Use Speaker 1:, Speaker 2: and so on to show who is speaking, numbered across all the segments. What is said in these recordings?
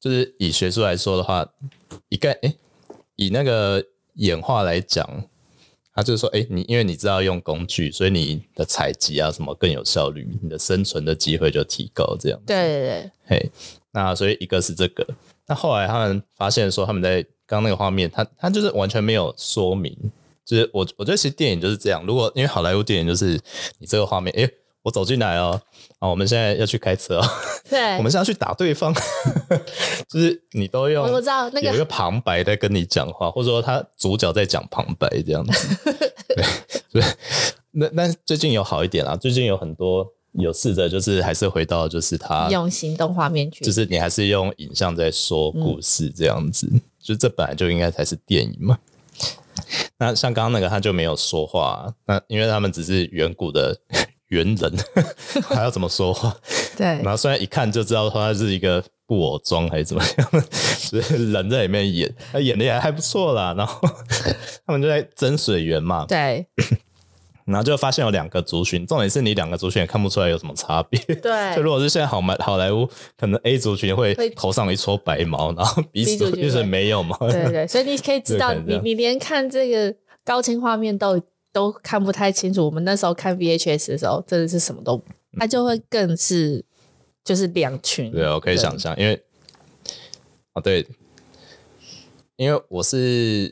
Speaker 1: 就是以学术来说的话，一概哎、以那个演化来讲，他就是说，哎、你因为你知道用工具，所以你的采集啊什么更有效率，你的生存的机会就提高，这样。
Speaker 2: 对对对，
Speaker 1: 嘿，那所以一个是这个，那后来他们发现说他们在刚刚那个画面，他他就是完全没有说明，就是我我觉得其实电影就是这样，如果因为好莱坞电影就是你这个画面，诶，我走进来哦，啊，我们现在要去开车哦，
Speaker 2: 对，
Speaker 1: 我们现在要去打对方， 就是你都用
Speaker 2: 我知道那个
Speaker 1: 有一个旁白在跟你讲话，或者说他主角在讲旁白这样子，对， 对。那但最近有好一点啦，最近有很多有试着就是还是回到就是他
Speaker 2: 用行动画面去，
Speaker 1: 啊就是你还是用影像在说故事这样子，就这本来就应该才是电影嘛。那像刚刚那个他就没有说话，那因为他们只是远古的猿人，还要怎么说话？
Speaker 2: 对
Speaker 1: 然后虽然一看就知道他是一个布偶装还是怎么样， 就是人在里面演，他演的也还不错啦。然后他们就在争水源嘛，
Speaker 2: 对
Speaker 1: 然后就发现有两个族群，重点是你两个族群也看不出来有什么差别。就
Speaker 2: 对
Speaker 1: 如果是现在好莱好莱坞，可能 A 族群会
Speaker 2: 哎会
Speaker 1: 头上一撮白毛，然后 B
Speaker 2: B 族
Speaker 1: 族
Speaker 2: 群
Speaker 1: 群是
Speaker 2: 会
Speaker 1: 没有毛。
Speaker 2: 对对，所以你可以知道，
Speaker 1: 就可以这
Speaker 2: 你
Speaker 1: 样
Speaker 2: 你连看这个高清画面都都看不太清楚。我们那时候看 VHS 的时候，真的是什么都，它就会更是就是两
Speaker 1: 嗯
Speaker 2: 群。
Speaker 1: 对，我可以想象，因为啊对，因为我是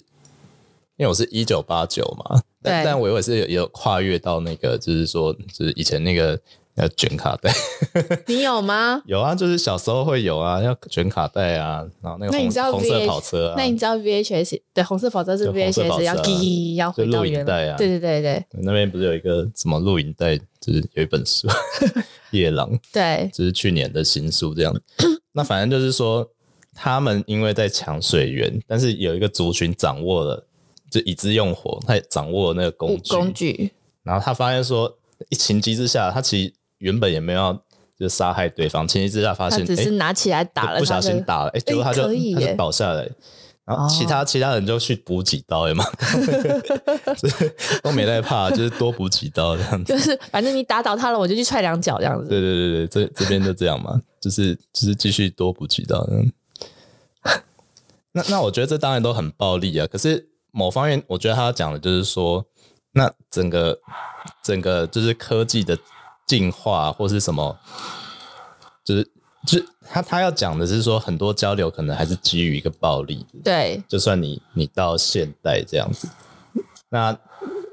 Speaker 1: 因为我是一九八九嘛，但
Speaker 2: 对
Speaker 1: 但我也是有有跨越到那个，就是说就是以前那个呃卷卡带，
Speaker 2: 你有吗？
Speaker 1: 有啊，就是小时候会有啊，要卷卡带啊，然后那个
Speaker 2: 那
Speaker 1: 红
Speaker 2: 你知道
Speaker 1: 红色
Speaker 2: VH
Speaker 1: 跑车啊，
Speaker 2: 那你知道 VHS 对红色跑车是
Speaker 1: 就红色跑车
Speaker 2: VHS
Speaker 1: 啊
Speaker 2: 要滴要回
Speaker 1: 就
Speaker 2: 到
Speaker 1: 录影
Speaker 2: 原
Speaker 1: 带
Speaker 2: 来
Speaker 1: 啊，
Speaker 2: 对对对对
Speaker 1: 那边不是有一个什么录影带，就是有一本 书《夜郎》，
Speaker 2: 对
Speaker 1: 就是去年的新书 这样。那反正就是说，他们因为在抢水源，但是有一个族群掌握了，就以资用火，他也掌握了那个工具。
Speaker 2: 工具
Speaker 1: 然后他发现说，一情急之下，他其实原本也没有要就杀害对方，情急之下发
Speaker 2: 他
Speaker 1: 现，
Speaker 2: 只是
Speaker 1: 诶
Speaker 2: 拿起来打了，
Speaker 1: 不小心
Speaker 2: 他的
Speaker 1: 打了，哎、结果他就、
Speaker 2: 可以
Speaker 1: 他
Speaker 2: 耶哦
Speaker 1: 就倒下来。然后其他、其他人就去补几刀， 哎嘛，就是都没在怕，就是多补几刀这样子。
Speaker 2: 就是反正你打倒他了，我就去踹两脚这样子。
Speaker 1: 对对对对，这这边就这样嘛，就是就是继续多补几刀。嗯那那我觉得这当然都很暴力啊，可是某方面，我觉得他讲的就是说，那整个整个就是科技的进化或是什么，就是就是他他要讲的是说，很多交流可能还是基于一个暴力的，
Speaker 2: 对
Speaker 1: 就算你你到现代这样子，那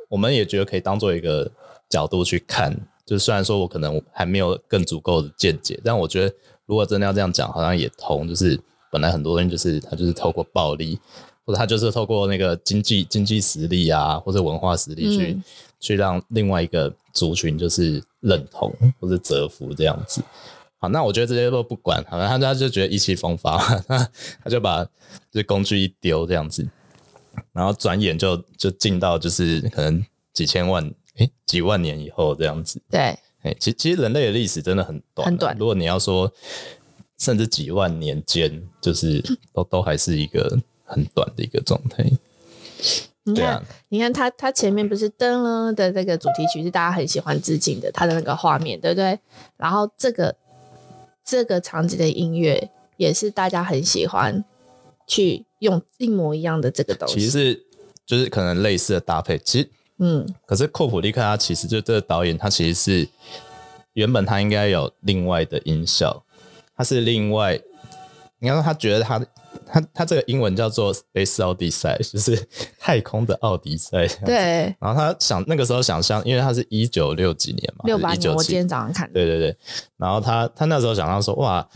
Speaker 1: 我们也觉得可以当做一个角度去看。就虽然说我可能还没有更足够的见解，但我觉得如果真的要这样讲，好像也通。就是本来很多东西就是它就是透过暴力，或者它就是透过那个经济经济实力啊，或者文化实力去、
Speaker 2: 嗯
Speaker 1: 去让另外一个族群就是认同或者折服这样子。好，那我觉得这些都不管，好，他他就觉得意气风发， 他他就把就是工具一丢这样子，然后转眼就就进到就是可能几千万诶、几万年以后这样子，
Speaker 2: 对
Speaker 1: 诶、其其实人类的历史真的很短啊、
Speaker 2: 很短
Speaker 1: 如果你要说甚至几万年间，就是都都还是一个很短的一个状态，
Speaker 2: 你
Speaker 1: 对
Speaker 2: 看，
Speaker 1: 啊
Speaker 2: 你看它它前面不是噔了的这个主题曲是大家很喜欢致敬的，它的那个画面，对不对？然后这个这个场景的音乐也是大家很喜欢去用一模一样的这个东
Speaker 1: 其
Speaker 2: 西。
Speaker 1: 实是就是可能类似的搭配，其实
Speaker 2: 嗯，
Speaker 1: 可是寇普利克他其实就这个导演，他其实是原本他应该有另外的音效，他是另外，应该说他觉得他他他这个英文叫做 Space 奥迪赛， 就是太空的奥迪赛。。
Speaker 2: 对，
Speaker 1: 然后他想那个时候想象，因为他是一九六几年嘛，
Speaker 2: 六八
Speaker 1: 啊一
Speaker 2: 年
Speaker 1: 九
Speaker 2: 我今
Speaker 1: 七
Speaker 2: 天早上看的，
Speaker 1: 对对对，然后他他那时候想到说，哇，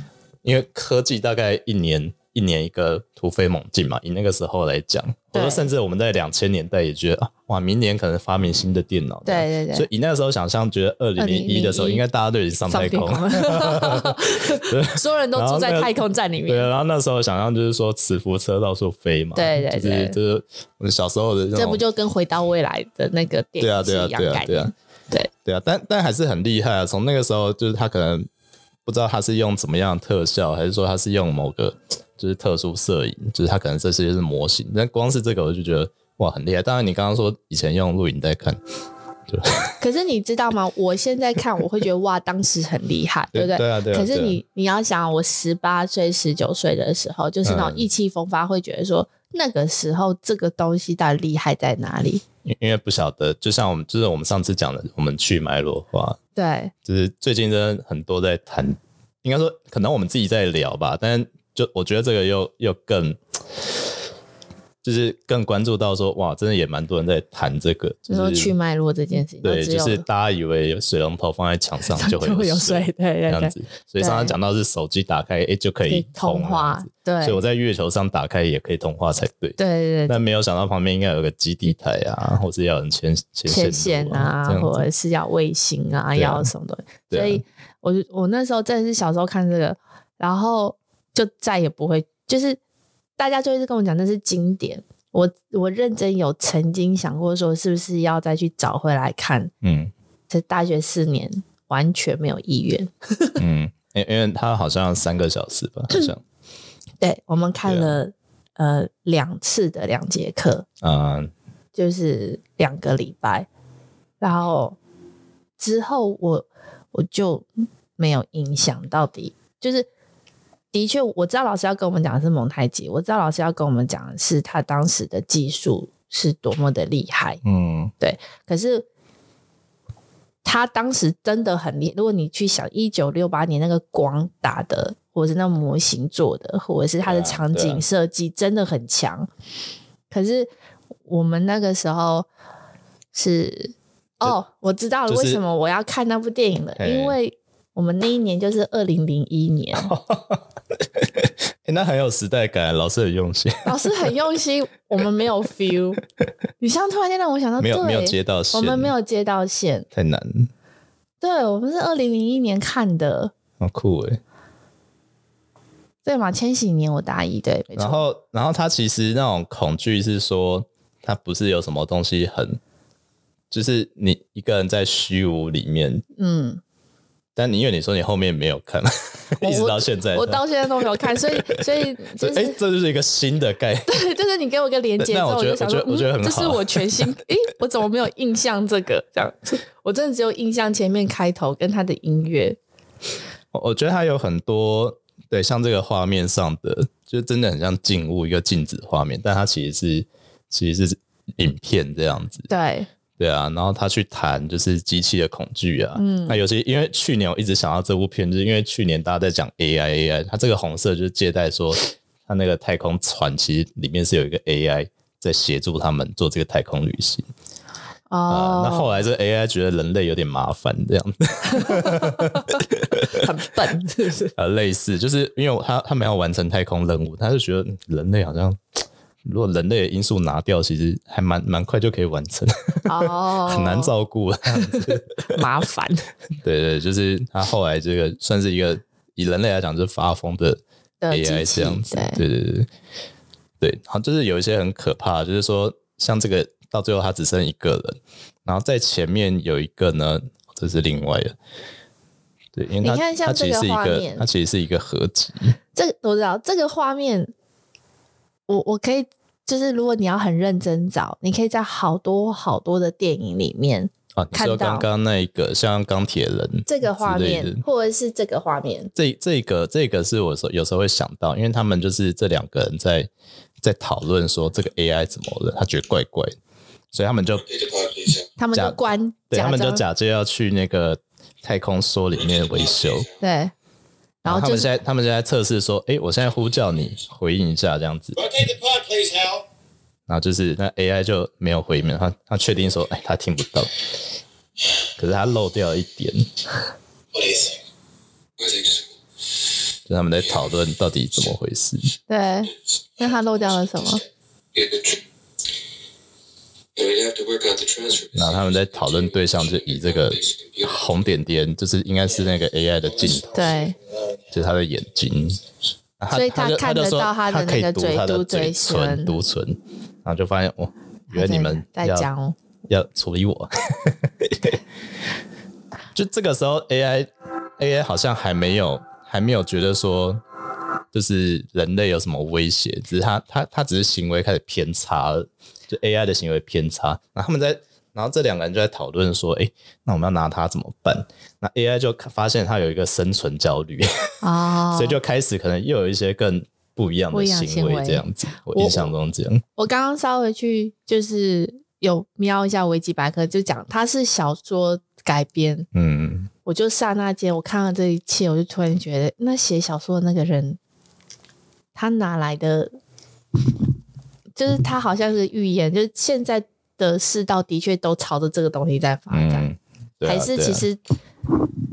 Speaker 1: 因为科技大概一年一年一个突飞猛进嘛，以那个时候来讲，或
Speaker 2: 对
Speaker 1: 者甚至我们在两千年代也觉得啊，哇，明年可能发明新的电脑，
Speaker 2: 对对对
Speaker 1: 所以以那个时候想象，觉得二零零一的时候，
Speaker 2: 2001
Speaker 1: 应该大家都已经上太空，
Speaker 2: 上天空 所有人都
Speaker 1: 然后
Speaker 2: 住在
Speaker 1: 那个
Speaker 2: 太空站里
Speaker 1: 对，啊
Speaker 2: 面。
Speaker 1: 然后那时候想象就是说磁浮车到处飞嘛，
Speaker 2: 对对
Speaker 1: 就是
Speaker 2: 对
Speaker 1: 就是我们小时候的那种，
Speaker 2: 这不就跟《回到未来》的那个电
Speaker 1: 对啊
Speaker 2: 影
Speaker 1: 对
Speaker 2: 是
Speaker 1: 啊
Speaker 2: 一样
Speaker 1: 对啊
Speaker 2: 概
Speaker 1: 对
Speaker 2: 念？
Speaker 1: 啊
Speaker 2: 对
Speaker 1: 对啊，但但还是很厉害啊！从那个时候，就是他可能不知道他是用怎么样的特效，还是说他是用某个就是特殊摄影，就是他可能这些是模型。但光是这个我就觉得哇很厉害。当然你刚刚说以前用录影带看，
Speaker 2: 可可是你知道吗？我现在看我会觉得哇，当时很厉害，对不对？
Speaker 1: 对啊，对啊。
Speaker 2: 可是
Speaker 1: 对啊
Speaker 2: 你你要想，我十八岁、十九岁的时候，就是那种
Speaker 1: 嗯
Speaker 2: 意气风发，会觉得说、那个时候这个东西到底厉害在哪里？
Speaker 1: 因因为不晓得，就像我们就是我们上次讲的，我们去买裸花，
Speaker 2: 对，
Speaker 1: 就是最近真的很多在谈，应该说可能我们自己在聊吧，但就我觉得这个又又更，就是更关注到说，哇，真的也蛮多人在谈这个，就是
Speaker 2: 就说
Speaker 1: 是
Speaker 2: 去脉络这件事情，
Speaker 1: 对，
Speaker 2: 只有
Speaker 1: 就是大家以为有水龙头放在墙上就
Speaker 2: 会
Speaker 1: 会
Speaker 2: 有
Speaker 1: 水
Speaker 2: 水，
Speaker 1: 这
Speaker 2: 对对
Speaker 1: 样
Speaker 2: 对，
Speaker 1: 子，所以上次讲到是手机打开，哎，就可
Speaker 2: 可
Speaker 1: 以
Speaker 2: 以通话，，对
Speaker 1: 所以我在月球上打开也可以通话才对。
Speaker 2: 对对对，
Speaker 1: 但没有想到旁边应该有个基地台啊，或是要有人牵牵
Speaker 2: 切
Speaker 1: 线
Speaker 2: 线
Speaker 1: 路
Speaker 2: 啊
Speaker 1: 这，样子
Speaker 2: 或者是要卫星啊，
Speaker 1: 对啊
Speaker 2: 要什么东西。
Speaker 1: 对啊
Speaker 2: 所以我就我那时候真的是小时候看这个，然后就再也不会，就是大家就一直跟我讲那是经典。我我认真有曾经想过说，是不是要再去找回来看？
Speaker 1: 嗯
Speaker 2: 这大学四年完全没有意愿。
Speaker 1: 嗯，因因为它好像三个小时吧，好像
Speaker 2: 对我们看
Speaker 1: 对啊
Speaker 2: 了、呃两次的两节课，
Speaker 1: 嗯
Speaker 2: 就是两个礼拜，然后之后我我就没有影响到底，就是的确我知道老师要跟我们讲的是蒙太奇，我知道老师要跟我们讲的是他当时的技术是多么的厉害，
Speaker 1: 嗯
Speaker 2: 可是他当时真的很厉。如果你去想一九六八年那个光打的，或者是那模型做的，或者是他的
Speaker 1: 对啊
Speaker 2: 场
Speaker 1: 对啊
Speaker 2: 景设计真的很强。可是我们那个时候是哦，我知道了，
Speaker 1: 就是
Speaker 2: 为什么我要看那部电影了，
Speaker 1: 嘿
Speaker 2: 因为我们那一年就是二零零一年，
Speaker 1: 哦诶那很有时代感，老师很用心，
Speaker 2: 老师很用心，我们没有 feel。你像突然间让我想到，
Speaker 1: 没有
Speaker 2: 啊对
Speaker 1: 没有接到线，
Speaker 2: 我们没有接到线，
Speaker 1: 太难了，
Speaker 2: 对我们是二零零一年看的，
Speaker 1: 好酷诶。
Speaker 2: 对嘛？千禧年我大一，对，没
Speaker 1: 然
Speaker 2: 错，
Speaker 1: 后然后他其实那种恐惧是说，他不是有什么东西很，就是你一个人在虚无里面，
Speaker 2: 嗯，
Speaker 1: 但你因为你说你后面没有看，
Speaker 2: 我
Speaker 1: 一直到现在，
Speaker 2: 我到现在都没有 看，所以所以
Speaker 1: 这
Speaker 2: 就
Speaker 1: 哎、
Speaker 2: 是。
Speaker 1: 这就是一个新的概念。
Speaker 2: 对，就是你给我一个连接之
Speaker 1: 那
Speaker 2: 后，
Speaker 1: 那我觉
Speaker 2: 就
Speaker 1: 得
Speaker 2: 想说，
Speaker 1: 我觉得我觉得
Speaker 2: 嗯，
Speaker 1: 很
Speaker 2: 这
Speaker 1: 好啊
Speaker 2: 是我全新，诶，我怎么没有印象这个？这样，我真的只有印象前面开头跟他的音乐，
Speaker 1: 我我觉得它有很多对，像这个画面上的，就真的很像静物一个静止画面，但它其实是其实是影片这样子，
Speaker 2: 对，
Speaker 1: 对啊。然后他去谈就是机器的恐惧啊，
Speaker 2: 嗯
Speaker 1: 那尤其因为去年我一直想到这部片，就是因为去年大家在讲 AI AI，它这个红色就是借代说，它那个太空船其实里面是有一个 AI 在协助他们做这个太空旅行。啊，
Speaker 2: 哦，
Speaker 1: 那后来这 AI 觉得人类有点麻烦，这样 子，
Speaker 2: 很笨，是不是？
Speaker 1: 呃，类似就是因为他他们要完成太空任务，他就觉得嗯人类好像。如果人类的因素拿掉，其实还蛮蛮快就可以完成，
Speaker 2: 哦，
Speaker 1: 很难，照顾。啊
Speaker 2: 麻烦，
Speaker 1: 对对，就是他后来这个算是一个以人类来讲就是发疯的
Speaker 2: 的机
Speaker 1: AI
Speaker 2: 器
Speaker 1: 这样子对
Speaker 2: 对。
Speaker 1: 对对对，对，然后就是有一些很可怕，就是说像这个到最后他只剩一个人，然后在前面有一个呢，这是另外的。对，因为它
Speaker 2: 你看像
Speaker 1: 它其实
Speaker 2: 这个
Speaker 1: 是一
Speaker 2: 画
Speaker 1: 个
Speaker 2: 面，
Speaker 1: 它其实是一个合集，
Speaker 2: 这个我知道，这个画面，我我可以就是，如果你要很认真找，你可以在好多好多的电影里面，
Speaker 1: 啊，你
Speaker 2: 看
Speaker 1: 说
Speaker 2: 到
Speaker 1: 刚刚那一个像钢铁人
Speaker 2: 这个画
Speaker 1: 之类的
Speaker 2: 面，或者是这个画面，
Speaker 1: 这这个这个是我说有时候会想到，因为他们就是这两个人在在讨论说这个 AI 怎么了，他觉得怪怪的，所以他们就
Speaker 2: 他们就
Speaker 1: 假
Speaker 2: 关，
Speaker 1: 对他们就
Speaker 2: 装
Speaker 1: 假借要去那个太空梭里面维修，
Speaker 2: 对，然后
Speaker 1: 他
Speaker 2: 就
Speaker 1: 们
Speaker 2: 是
Speaker 1: 现在他们现在测试说，哎，我现在呼叫你回应一下这样子，
Speaker 3: Rotate the pod, please, Hal.
Speaker 1: 然后就是那 AI 就没有回应，他他确定说，哎，他听不到，可是他漏掉一点，
Speaker 3: What do you think? I think so.
Speaker 1: 就他们在讨论到底怎么回事。
Speaker 2: 对，那他漏掉了什么？
Speaker 3: we'd have to work out the transfer.
Speaker 1: 然后他们在讨论对象就以这个红点点，就是应该是那个 AI 的镜头，
Speaker 2: 对，
Speaker 1: 就是他的眼睛，啊
Speaker 2: 所以
Speaker 1: 他
Speaker 2: 他
Speaker 1: 就
Speaker 2: 看得
Speaker 1: 就说
Speaker 2: 到他
Speaker 1: 他
Speaker 2: 的
Speaker 1: 可以
Speaker 2: 那个
Speaker 1: 读
Speaker 2: 嘴
Speaker 1: 他的
Speaker 2: 嘟嘴
Speaker 1: 嘴唇
Speaker 2: 唇
Speaker 1: 读唇，然后就发现哦，原来你们
Speaker 2: 在
Speaker 1: 要
Speaker 2: 讲哦
Speaker 1: 要处理我， 就这个时候 AI AI 好像还没有还没有觉得说。就是人类有什么威胁，只是他他他只是行为开始偏差了，就 AI 的行为偏差。然后他们在，然然后这两个人就在讨论说，哎，那我们要拿它怎么办？那 AI 就发现它有一个生存焦虑，
Speaker 2: 啊，
Speaker 1: 所以就开始可能又有一些更不一样
Speaker 2: 不
Speaker 1: 的
Speaker 2: 一样的
Speaker 1: 行
Speaker 2: 行
Speaker 1: 为
Speaker 2: 为
Speaker 1: 这样子。我
Speaker 2: 我
Speaker 1: 印象中这样，
Speaker 2: 我刚刚稍微去就是有瞄一下维基百科，就讲它是小说改编，
Speaker 1: 嗯，
Speaker 2: 我就刹那间我看到这一切，我就突然觉得那写小说的那个人，他哪来的？就是他好像是预言，就是现在的世道的确都朝着这个东西在发展，
Speaker 1: 嗯，对啊
Speaker 2: 还是
Speaker 1: 对啊
Speaker 2: 其实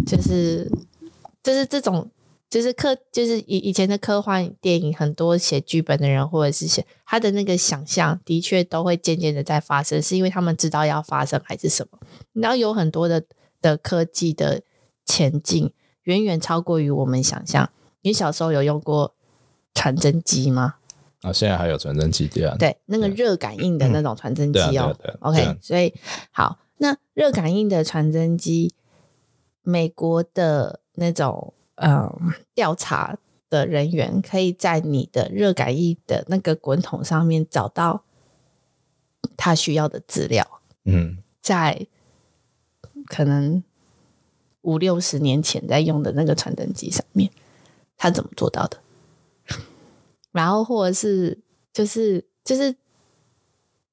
Speaker 2: 就是就是这种。就是科，就是以以前的科幻电影，很多写剧本的人，或者是写他的那个想象，的确都会渐渐的在发生，是因为他们知道要发生还是什么。然后有很多的的科技的前进，远远超过于我们想象。你小时候有用过传真机吗？
Speaker 1: 啊，现在还有传真机对啊，
Speaker 2: 对，那个
Speaker 1: 对
Speaker 2: 热感应的那种传真机
Speaker 1: 对啊对啊
Speaker 2: 哦
Speaker 1: 对啊。对啊
Speaker 2: OK，所以好，那热感应的传真机，美国的那种嗯调查的人员可以在你的热感应的那个滚筒上面找到他需要的资料，
Speaker 1: 嗯
Speaker 2: 在可能五六十年前在用的那个传真机上面，他怎么做到的？ 然后或者是就是就是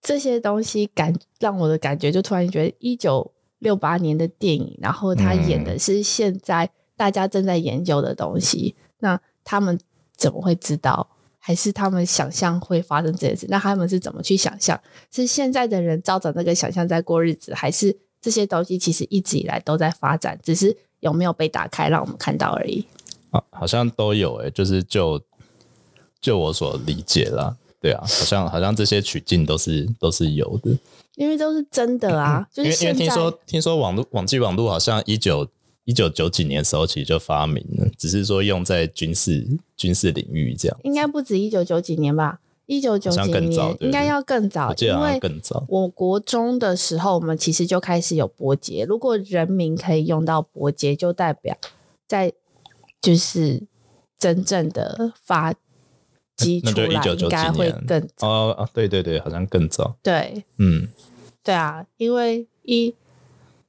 Speaker 2: 这些东西感让我的感觉就突然觉得一九六八年的电影，然后他演的是现在大家正在研究的东西，那他们怎么会知道？还是他们想象会发生这件事？那他们是怎么去想象？是现在的人照着那个想象在过日子，还是这些东西其实一直以来都在发展，只是有没有被打开让我们看到而已？
Speaker 1: 啊，好像都有诶、就是就就我所理解啦，对啊，好像好像这些取径都是都是有的，
Speaker 2: 因为都是真的啊，就
Speaker 1: 嗯因
Speaker 2: 是
Speaker 1: 为因为
Speaker 2: 现在
Speaker 1: 听说听说网络网际网络好像一九一九九几年的时候其实就发明了，只是说用在军事军事领域这样，
Speaker 2: 应该不止一九九几年吧，一九九
Speaker 1: 好像
Speaker 2: 几
Speaker 1: 更早
Speaker 2: 年
Speaker 1: 对
Speaker 2: 应该要更早
Speaker 1: 我，记得
Speaker 2: 因
Speaker 1: 好像
Speaker 2: 为
Speaker 1: 更早，
Speaker 2: 我国中的时候，我们其实就开始有伯节。如果人民可以用到伯节，就代表在就是真正的发基
Speaker 1: 那
Speaker 2: 出
Speaker 1: 就
Speaker 2: 来，
Speaker 1: 1999
Speaker 2: 应该会
Speaker 1: 年
Speaker 2: 更早。
Speaker 1: 哦啊，对对对，好像更早，
Speaker 2: 对，
Speaker 1: 嗯
Speaker 2: 对啊，因为一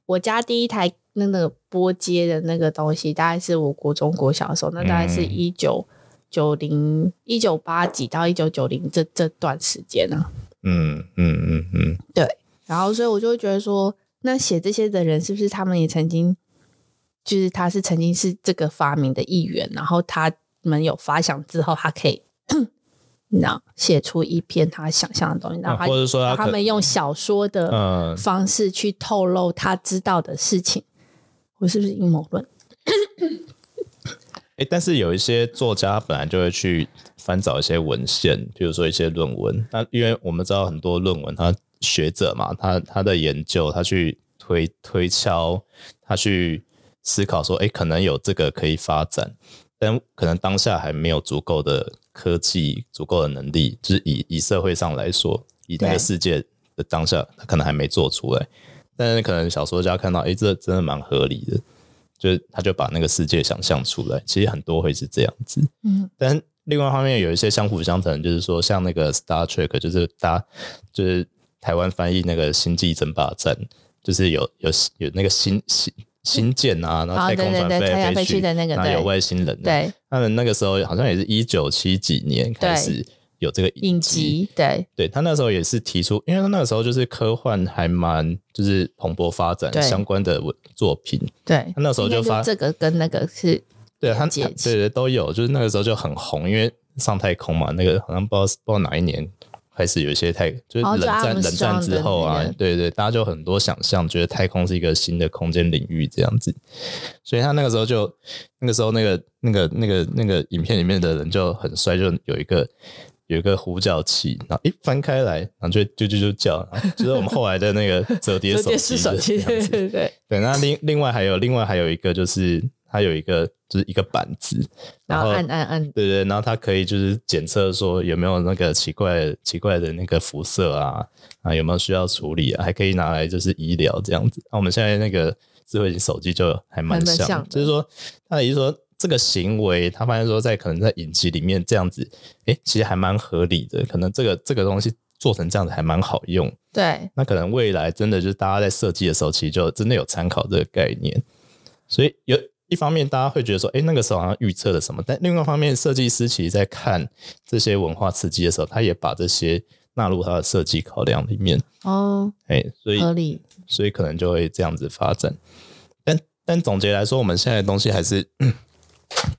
Speaker 2: 我家第一台那个波接的那个东西，大概是我国中国小的时候，那大概是
Speaker 1: 嗯
Speaker 2: 一九九零一九八几到一九九零这这段时间啊。
Speaker 1: 嗯嗯嗯嗯，
Speaker 2: 然后，所以我就会觉得说，那写这些的人是不是他们也曾经，就是他是曾经是这个发明的一员，然后他们有发想之后，他可以。你知道，写出一篇他想象的东西，让
Speaker 1: 啊
Speaker 2: 他、
Speaker 1: 或者说
Speaker 2: 让
Speaker 1: 他
Speaker 2: 他
Speaker 1: 可
Speaker 2: 们用小说的
Speaker 1: 嗯
Speaker 2: 方式去透露他知道的事情。我是不是阴谋论？
Speaker 1: 诶，但是有一些作家本来就会去翻找一些文献，比如说一些论文。那因为我们知道很多论文，他学者嘛，他他的研究，他去推推敲，他去思考说，诶，可能有这个可以发展，但可能当下还没有足够的科技、足够的能力，就是以以社会上来说，以那
Speaker 2: 对
Speaker 1: 个世界的当下，他可能还没做出来。但是可能小说家看到，诶，这真的蛮合理的，就是他就把那个世界想象出来。其实很多会是这样子，
Speaker 2: 嗯，
Speaker 1: 但另外一方面有一些相辅相成，就是说像那个 Star Trek，就是搭就是台湾翻译那个《星际争霸战》，就是有有有那个星星星舰啊，然后
Speaker 2: 啊
Speaker 1: 太空
Speaker 2: 对
Speaker 1: 船
Speaker 2: 对对
Speaker 1: 飞
Speaker 2: 太
Speaker 1: 来
Speaker 2: 阳
Speaker 1: 飞
Speaker 2: 飞去的那个
Speaker 1: 然后有
Speaker 2: 对
Speaker 1: 外星人，，啊
Speaker 2: 对，
Speaker 1: 他们那个时候好像也是一九七几年开始有这个
Speaker 2: 影
Speaker 1: 集，
Speaker 2: 集对
Speaker 1: 对他那时候也是提出，因为他那个时候就是科幻还蛮就是蓬勃发展
Speaker 2: 对
Speaker 1: 相关的文作品，
Speaker 2: 对，
Speaker 1: 他那时候就
Speaker 2: 应该
Speaker 1: 发
Speaker 2: 这个跟那个是
Speaker 1: 对他
Speaker 2: 连接
Speaker 1: 对
Speaker 2: 起
Speaker 1: 对都有，就是那个时候就很红，因为上太空嘛，那个好像不知道不知道哪一年开始有一些太就是
Speaker 2: 哦
Speaker 1: 冷
Speaker 2: 就
Speaker 1: 战、
Speaker 2: Armstrong
Speaker 1: 冷战之后啊，
Speaker 2: 的那个
Speaker 1: 对对，大家就很多想象，觉得太空是一个新的空间领域这样子，所以他那个时候就那个时候那个那个那个那个影片里面的人就很帅，就有一个。有一个呼叫器，然后一翻开来，然后就就就就叫，然后就是我们后来的那个折叠
Speaker 2: 就
Speaker 1: 手
Speaker 2: 电
Speaker 1: 机
Speaker 2: 视
Speaker 1: 的
Speaker 2: 手
Speaker 1: 这
Speaker 2: 机，
Speaker 1: 样
Speaker 2: 对
Speaker 1: 子
Speaker 2: 对对，
Speaker 1: 对，那另另外还有另外还有一个就是它有一个就是一个板子，
Speaker 2: 然后
Speaker 1: 然后
Speaker 2: 按按按，
Speaker 1: 对对，然后它可以就是检测说有没有那个奇怪奇怪的那个辐射啊啊有没有需要处理啊，还可以拿来就是医疗这样子。那、我们现在那个智慧型手机就还蛮
Speaker 2: 还
Speaker 1: 像
Speaker 2: 蛮
Speaker 1: 的，
Speaker 2: 像的
Speaker 1: 就是说他的意思说这个行为，他发现说在可能在影集里面这样子，诶，其实还蛮合理的，可能这个这个东西做成这样子还蛮好用。
Speaker 2: 对，
Speaker 1: 那可能未来真的就是大家在设计的时候，其实就真的有参考这个概念。所以有一方面大家会觉得说，哎，那个时候好像预测了什么，但另外一方面，设计师其实在看这些文化刺激的时候，他也把这些纳入他的设计考量里面。
Speaker 2: 哦，
Speaker 1: 哎，所以
Speaker 2: 合理，
Speaker 1: 所以可能就会这样子发展。但但总结来说，我们现在的东西还是。 嗯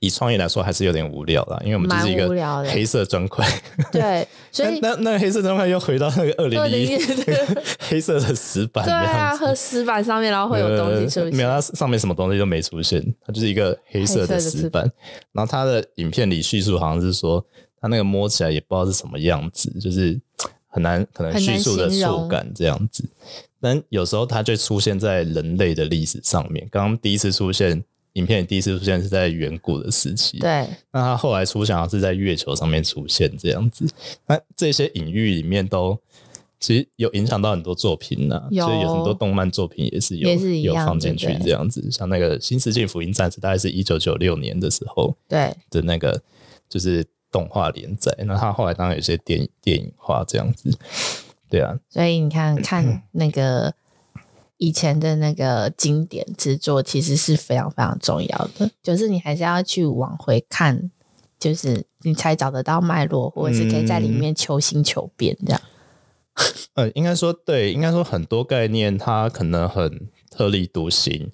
Speaker 1: 以创业来说，还是有点无聊啦，因为我们就是一
Speaker 2: 蛮
Speaker 1: 个
Speaker 2: 无聊的
Speaker 1: 黑色砖块。
Speaker 2: 对，所以
Speaker 1: 那那那黑色砖块又回到那个二零零一
Speaker 2: 2001
Speaker 1: 黑色的石板这
Speaker 2: 对
Speaker 1: 样
Speaker 2: 啊，
Speaker 1: 子，
Speaker 2: 和石板上面然后会有东西出
Speaker 1: 呃没有，
Speaker 2: 现，
Speaker 1: 它上面什么东西都没出现，它就是一个黑色的石板。然后它的影片里叙述好像是说，它那个摸起来也不知道是什么样子，就是很难可能
Speaker 2: 很难
Speaker 1: 叙述的
Speaker 2: 形容
Speaker 1: 触感这样子。但有时候它就出现在人类的历史上面。刚刚第一次出现，影片里第一次出现是在远古的时期。
Speaker 2: 对，
Speaker 1: 那他后来出现好像是在月球上面出现这样子。那这些隐喻里面都其实有影响到很多作品呢、
Speaker 2: 有
Speaker 1: 所以有很多动漫作品也是有
Speaker 2: 也是一
Speaker 1: 有
Speaker 2: 样
Speaker 1: 放进去
Speaker 2: 对不对
Speaker 1: 这样子。像那个《新世界福音战士》，大概是一九九六年的时候
Speaker 2: 对，
Speaker 1: 的那个就是动画连载。那他后来当然有些电影电影化这样子。对啊，
Speaker 2: 所以你 看看那个以前的那个经典之作，其实是非常非常重要的，就是你还是要去往回看，就是你才找得到脉络，或者是可以在里
Speaker 1: 嗯
Speaker 2: 面求新求变这样。
Speaker 1: 呃，应该说对，应该说很多概念它可能很特立独行，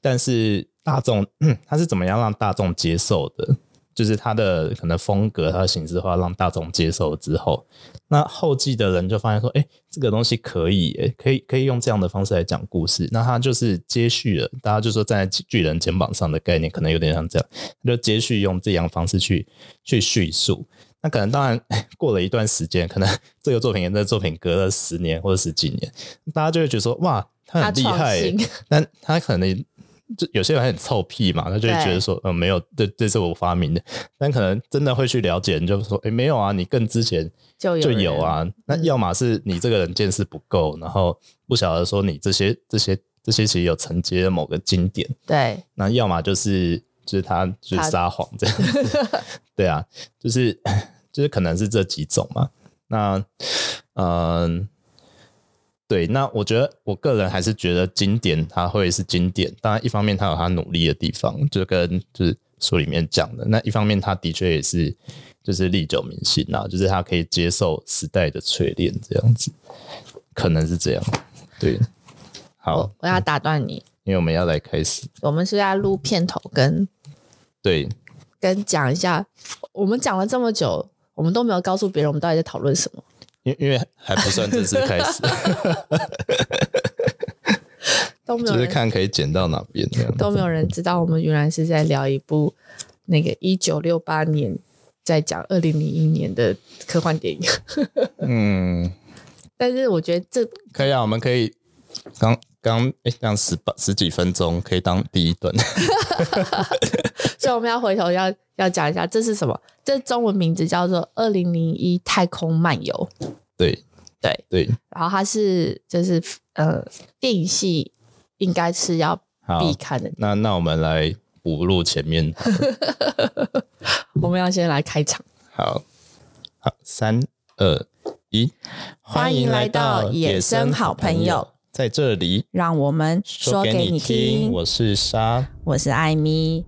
Speaker 1: 但是大众、 嗯它是怎么样让大众接受的？就是它的可能风格、它的形式化让大众接受之后，那后继的人就发现说，哎、这个东西可以、诶可以可以用这样的方式来讲故事。那它就是接续了，大家就说站在巨人肩膀上的概念，可能有点像这样，就接续用这样的方式去去叙述。那可能当然 过了一段时间，可能这个作品跟这个作品隔了十年或者十几年，大家就会觉得说哇，他
Speaker 2: 他
Speaker 1: 很厉
Speaker 2: 创
Speaker 1: 害、
Speaker 2: 新
Speaker 1: 但他可能就有些人很臭屁嘛，他就会觉
Speaker 2: 对
Speaker 1: 得说，呃，没有，这这是我发明的。但可能真的会去了解，你就说，诶，没有啊，你更之前
Speaker 2: 就有
Speaker 1: 就有
Speaker 2: 人嗯
Speaker 1: 啊。那要么是你这个人见识不够，然后不晓得说你这些这些这些其实有承接某个经典，
Speaker 2: 对，
Speaker 1: 那要么就是就是他就是
Speaker 2: 他
Speaker 1: 撒谎这样子， 对啊，就是就是可能是这几种嘛。那嗯、对，那我觉得我个人还是觉得经典它会是经典，当然一方面它有它努力的地方，就跟就是书里面讲的，那一方面它的确也是就是历久弥新啊，就是它可以接受时代的淬炼这样子，可能是这样，对。好
Speaker 2: 我，我要打断你，
Speaker 1: 因为我们要来开始，
Speaker 2: 我们是要录片头跟
Speaker 1: 对，
Speaker 2: 跟讲一下，我们讲了这么久，我们都没有告诉别人我们到底在讨论什么。
Speaker 1: 因因为还不算正式开 始，
Speaker 2: 都没有
Speaker 1: 就是
Speaker 2: 人
Speaker 1: 看可以剪到哪边这样。
Speaker 2: 都没有人知道，我们原来是在聊一部那个一九六八年在讲二零零一年的科幻电影。
Speaker 1: 嗯，
Speaker 2: 但是我觉得这
Speaker 1: 可以啊，我们可以刚刚哎，这样十八十几分钟可以当第一段。
Speaker 2: 所以我们要回头要要讲一下，这是什么？这中文名字叫做《二零零一太空漫游》，
Speaker 1: 对
Speaker 2: 对，
Speaker 1: 对，
Speaker 2: 然后它是就是呃电影系应该是要
Speaker 1: 好
Speaker 2: 必看的。
Speaker 1: 那那我们来补录前面。
Speaker 2: 我们要先来开场，
Speaker 1: 好，好，三二一，
Speaker 2: 欢迎来到野生好朋友，
Speaker 1: 在这里
Speaker 2: 让我们
Speaker 1: 说给你听。我是沙，
Speaker 2: 我是艾米，